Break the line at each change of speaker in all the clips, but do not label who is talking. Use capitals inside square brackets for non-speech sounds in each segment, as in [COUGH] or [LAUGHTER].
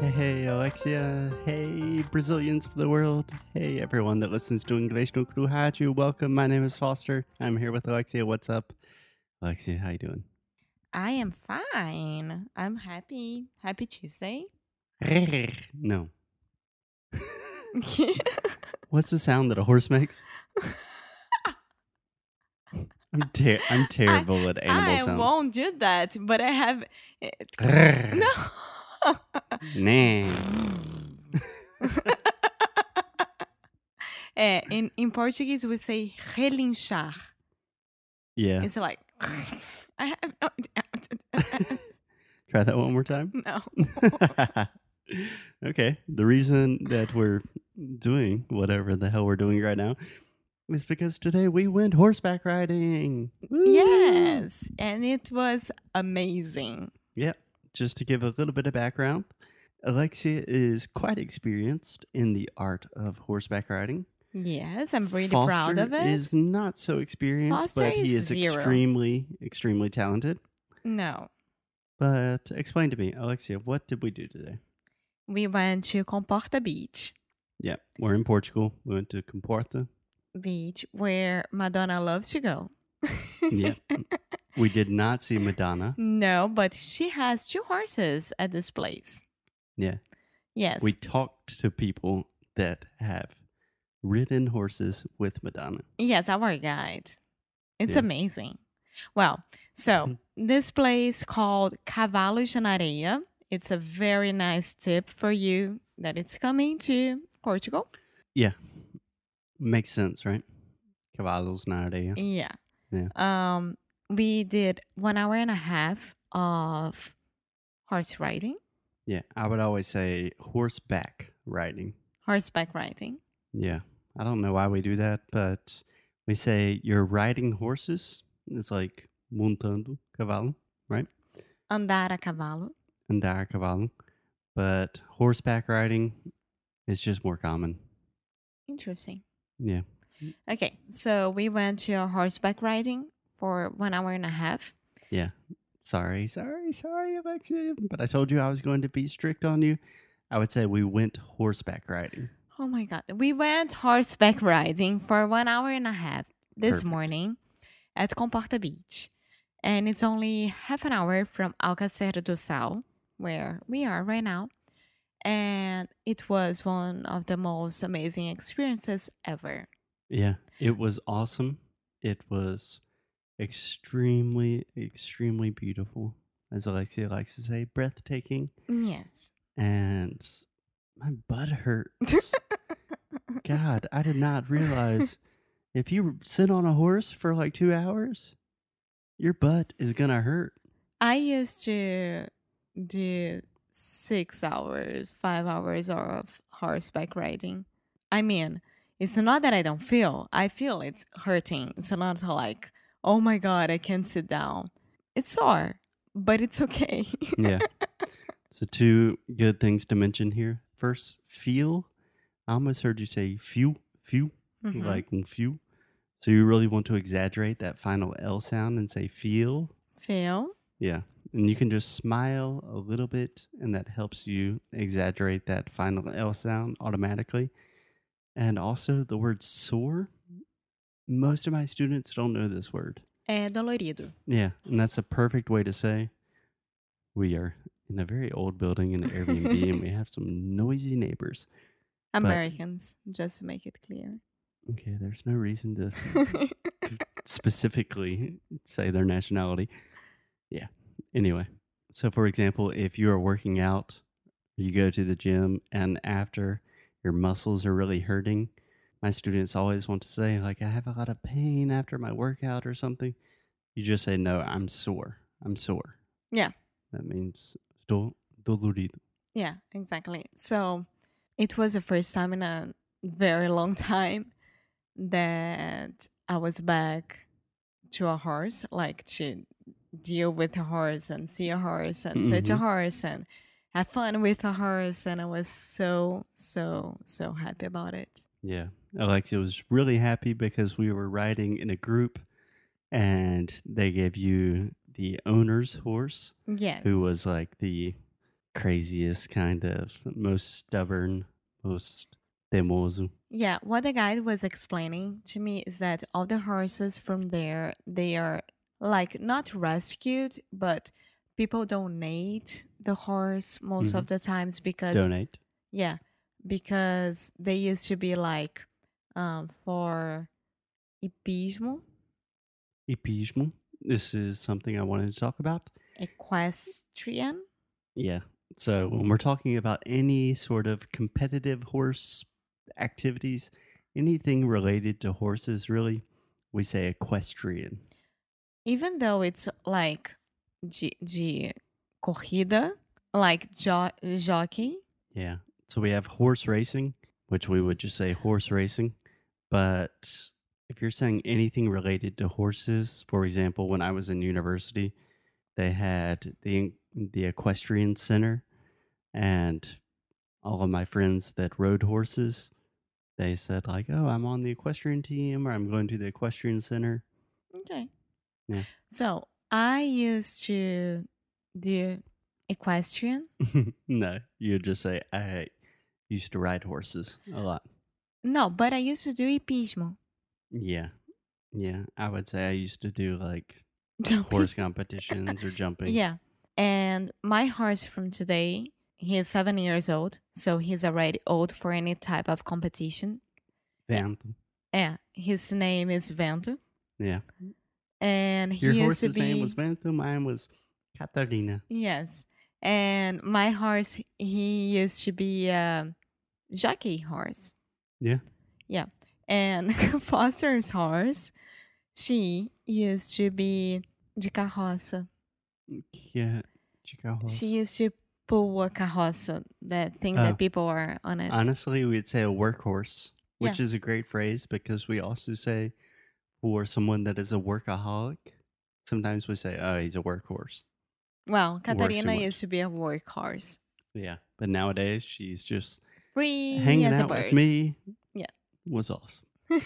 Hey, Alexia. Hey, Brazilians of the world. Hey, everyone that listens to English no Kruhaju. Welcome. My name is Foster. I'm here with Alexia. What's up? Alexia, how you doing?
I am fine. I'm happy. Happy Tuesday.
[LAUGHS]
[LAUGHS]
No. What's the sound that a horse makes? [LAUGHS] I'm, ter- I'm terrible at animal
I
sounds.
won't do that, but I have. it-
Grrr.
no. [LAUGHS]
Nah.
Eh, in, in Portuguese, we say relinchar.
Yeah.
It's like. [LAUGHS] I have no.
Try that one more time.
[LAUGHS]
[LAUGHS]
no.
okay. The reason that we're doing whatever the hell we're doing right now is because today we went horseback riding. Woo!
Yes. And it was amazing.
Yep. Just to give a little bit of background, Alexia is quite experienced in the art of horseback riding.
Yes. I'm really
Foster
proud of it.
Is not so experienced,
Foster
but he is
is zero.
extremely, extremely talented.
no.
But explain to me, Alexia, what did we do today?
We went to Comporta Beach.
Yeah, we're in Portugal. We went to Comporta.
Beach where Madonna loves to go. [LAUGHS]
Yeah. [LAUGHS] we did not see Madonna.
No, but she has two horses at this place.
Yeah.
Yes.
We talked to people that have ridden horses with Madonna.
yes, our guide. It's
Yeah.
amazing. Well, so
[LAUGHS] Mhm.
this place called Cavalos de Areia. It's a very nice tip for you that it's coming to Portugal.
Yeah. Makes sense, right? Cavallos na areia.
Yeah. Um, we did one hour and a half of horse riding,
Yeah. I would always say horseback riding.
horseback riding.
Yeah. I don't know why we do that, but we say you're riding horses. It's like montando cavalo,
Andar a cavalo.
andar a cavalo. But horseback riding is just more common.
Interesting.
Yeah.
Okay, so we went to a horseback riding for one hour and a half.
Sorry, sorry, sorry, Alexia. But I told you I was going to be strict on you. I would say we went horseback riding.
Oh my god, we went horseback riding for one hour and a half this
Perfect.
morning at Comporta Beach, and it's only half an hour from Alcácer do Sal, where we are right now, and it was one of the most amazing experiences ever.
Yeah. It was awesome. It was extremely, extremely beautiful, as Alexia likes to say, breathtaking.
Yes,
And my butt hurts. God, I did not realize if you sit on a horse for like two hours, your butt is going to hurt.
I used to do six hours, five hours of horseback riding. I mean, it's not that I don't feel, I feel it's hurting. It's not like, oh my God, I can't sit down. It's sore, but it's okay. [LAUGHS]
yeah. [LAUGHS] So two good things to mention here. First, feel. I almost heard you say few, few,
Mhm.
like mm, few. So you really want to exaggerate that final L sound and say feel.
feel.
Yeah. And you can just smile a little bit, and that helps you exaggerate that final L sound automatically. And also the word sore. Most of my students don't know this word.
É dolorido.
Yeah, and that's a perfect way to say we are in a very old building in Airbnb and we have some noisy neighbors.
Americans, just to make it clear. [LAUGHS]
Okay, there's no reason to specifically say their nationality. Yeah. Anyway, so for example, if you are working out, you go to the gym and after your muscles are really hurting, my students always want to say like I have a lot of pain after my workout or something. You just say no, I'm sore. I'm sore.
Yeah.
That means estou dolorido.
Yeah, exactly. So it was the first time in a very long [LAUGHS] time that I was back to a horse, like to deal with a horse and see a horse and touch a
Mhm.
horse and have fun with a horse. And I was so, so, so happy about it.
Yeah. Alexia was really happy because we were riding in a group and they gave you the owner's horse,
Yes.
who was like the craziest, kind of most stubborn, most temoso.
Yeah, what the guide was explaining to me is that all the horses from there, they are like not rescued, but people donate the horse most of the times because
Donate.
yeah, because they used to be like um for hipismo,
Epismo. This is something I wanted to talk about.
equestrian.
Yeah. So when we're talking about any sort of competitive horse activities, anything related to horses, really, we say equestrian.
even though it's like de, de corrida, like jo- jockey.
Yeah. So we have horse racing, which we would just say horse racing. But if you're saying anything related to horses, for example, when I was in university, they had the the equestrian center and all of my friends that rode horses, they said like, "Oh, I'm on the equestrian team or I'm going to the equestrian center." [LAUGHS]
Okay.
Yeah.
So I used to do equestrian.
no, you just say, "I used to ride horses a lot."
No, but I used to do hipismo. [LAUGHS]
Yeah. Yeah. I would say I used to do like
Jumping. [LAUGHS]
horse competitions or jumping.
Yeah. And my horse from today, he is seven years old, so he's already old for any type of competition.
Phantom.
Yeah. His name is Vento.
Yeah.
And he
Your
used to
horse's
be
name was Phantom. Mine was Katarina.
Yes. And my horse, he used to be a jockey horse.
Yeah.
Yeah. And [LAUGHS] Foster's horse, she used to be de carroça.
Yeah. Chicago horse.
She used to pull a carroça, that thing
Oh.
that people are on it.
Honestly, we'd say a workhorse, which is a great phrase because we also say for someone that is a workaholic, sometimes we say, oh, he's a workhorse.
Well,
too
Catarina
much.
used to be a workhorse.
Yeah. But nowadays, she's just
Free
hanging
as a
out
bird.
with me.
Yeah.
Was awesome.
[LAUGHS]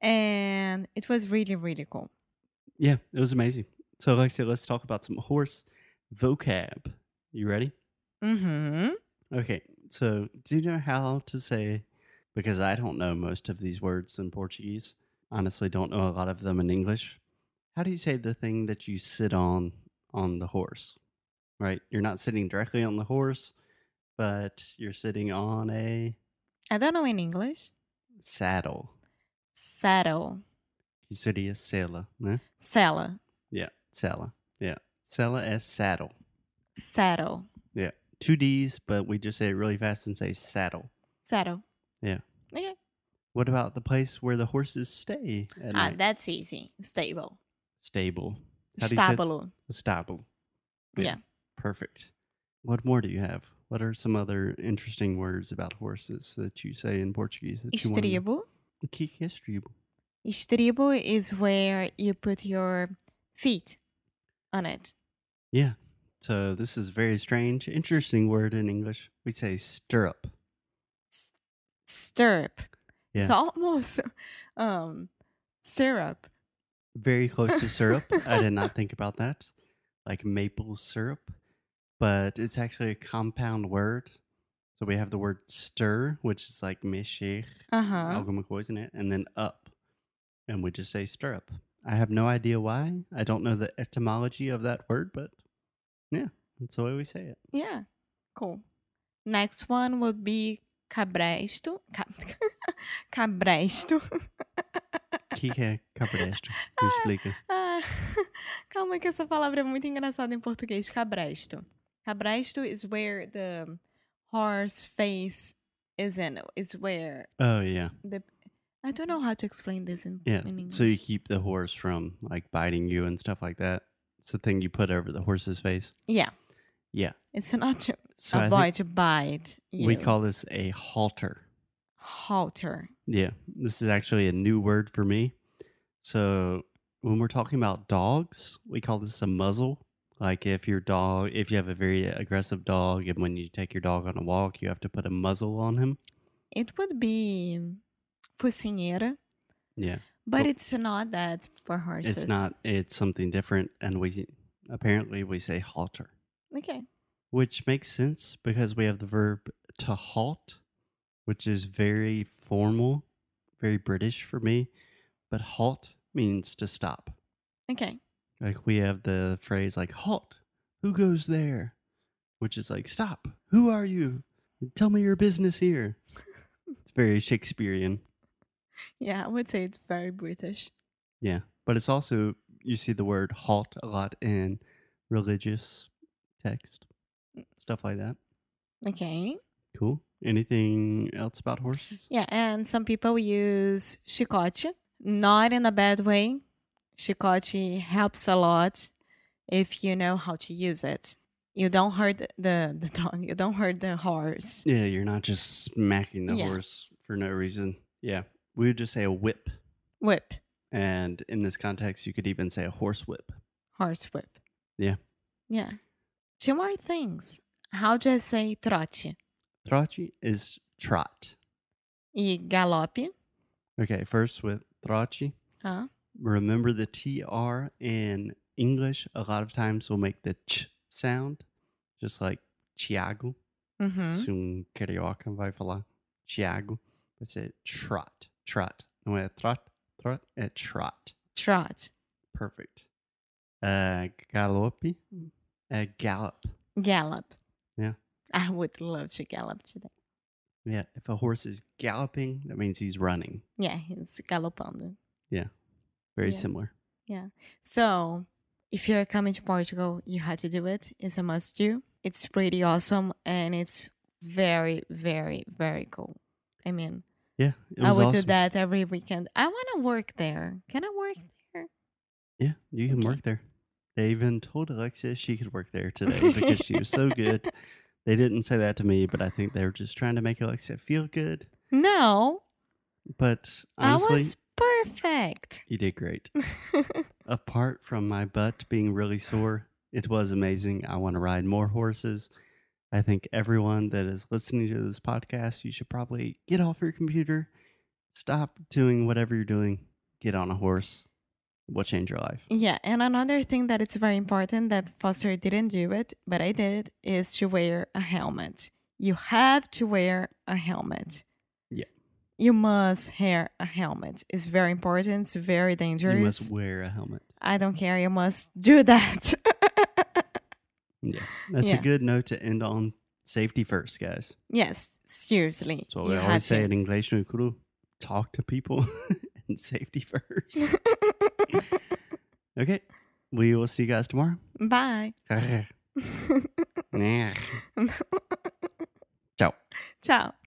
and it was really, really cool.
Yeah. It was amazing. So, Alexia, let's talk about some horse vocab. You ready?
Mm-hmm.
Okay, so do you know how to say? Because I don't know most of these words in Portuguese. Honestly, don't know a lot of them in English. How do you say the thing that you sit on on the horse? Right, you're not sitting directly on the horse, but you're sitting on a
I don't know in English.
saddle.
Saddle.
You seria sela, né?
Sella.
Yeah, sela. Yeah, sela as saddle.
Saddle.
Yeah, two D's, but we just say it really fast and say saddle.
Saddle.
Yeah.
Okay.
What about the place where the horses stay? At
Ah,
night?
that's easy. Stable.
stable. How do you say-
Stabilo.
Stable.
Yeah.
Perfect. What more do you have? What are some other interesting words about horses that you say in Portuguese? That you wanna know?
Estribo.
Que que é estribo?
Estribo is where you put your feet on it.
Yeah. So this is a very strange, interesting word in English. We say stirrup.
Stirrup. It's
Yeah.
almost [LAUGHS] um syrup.
Very close to syrup. I did not think about that. Like maple syrup. But it's actually a compound word. So we have the word stir, which is like mexer,
Uh huh.
Alguma coisa, né? And then up. And we just say stirrup. I have no idea why. I don't know the etymology of that word, but yeah, that's the way we say it.
Yeah. Cool. Next one would be cabresto. Cab- [LAUGHS] cabresto. [LAUGHS]
Que que é cabresto? Me explica.
Ah, [LAUGHS] calma que essa palavra é muito engraçada em português. Cabresto. Cabresto is where the horse face is in. It's where
Oh, yeah.
the... I don't know how to explain this in,
Yeah.
in English.
So you keep the horse from like biting you and stuff like that. It's the thing you put over the horse's face.
Yeah.
Yeah.
It's not to
So I think
avoid to bite. You.
we call this a halter.
halter.
Yeah, this is actually a new word for me. So when we're talking about dogs, we call this a muzzle. Like if your dog, if you have a very aggressive dog, and when you take your dog on a walk, you have to put a muzzle on him.
It would be focinheira,
Yeah,
but
Oh.
it's not that for horses.
it's not. It's something different, and we apparently we say halter,
Okay.
which makes sense because we have the verb to halt, which is very formal, very British for me. But halt means to stop.
Okay.
Like we have the phrase like halt, who goes there? Which is like stop, who are you? Tell me your business here. [LAUGHS] it's very Shakespearean.
Yeah, I would say it's very British.
Yeah. But it's also you see the word halt a lot in religious text. Stuff like that.
Okay.
Cool. Anything else about horses?
Yeah, and some people use chicote, not in a bad way. Chicote helps a lot if you know how to use it. You don't hurt the, the dog, you don't hurt the horse.
Yeah, you're not just smacking the
Yeah.
horse for no reason. Yeah. We would just say a whip.
Whip,
And in this context, you could even say a horse whip.
horse whip.
Yeah.
Yeah. Two more things. How do I say trote?
Trachi is trot.
E galope,
Okay, first with trachi.
huh?
Remember the TR in English a lot of times will make the ch sound, just like Chiago.
Mm-hmm.
Sum carioca vai falar Chiago. It's a trot, trot. Não é trot, trot, é trot.
Trot,
Perfect. Uh, galope é gallop.
gallop.
Yeah.
I would love to gallop today.
Yeah, if a horse is galloping, that means he's running.
Yeah, he's galopando.
Very
Yeah.
similar.
So, if you're coming to Portugal, you had to do it. It's a must do. It's pretty awesome and it's very, very, very cool. I mean,
Yeah, it
I
was
would do
awesome.
that every weekend. I want to work there. Can I work there?
Yeah, you can
Okay.
work there. They even told Alexia she could work
[LAUGHS]
there today because she was so good. They didn't say that to me, but I think they were just trying to make Alexia feel good.
No,
But honestly,
I was perfect. [LAUGHS]
you did great. Apart from my butt being really sore, it was amazing. I want to ride more horses. I think everyone that is listening to this podcast, you should probably get off your computer, stop doing whatever you're doing, get on a horse. It will change your life.
yeah, and another thing that it's very important that Foster didn't do it, but I did, is to wear a helmet. You have to wear a helmet.
Yeah.
You must wear a helmet. It's very important. It's very dangerous.
You must wear a helmet.
I don't care. You must do that. [LAUGHS]
Yeah. That's
Yeah.
a good note to end on. Safety first, guys.
yes, seriously.
That's what
you
we
have
always say
to.
in English. We could talk to people [LAUGHS] and safety
[LAUGHS]
first. okay. We will see you guys tomorrow.
[LAUGHS] Bye.
Ciao.
Ciao.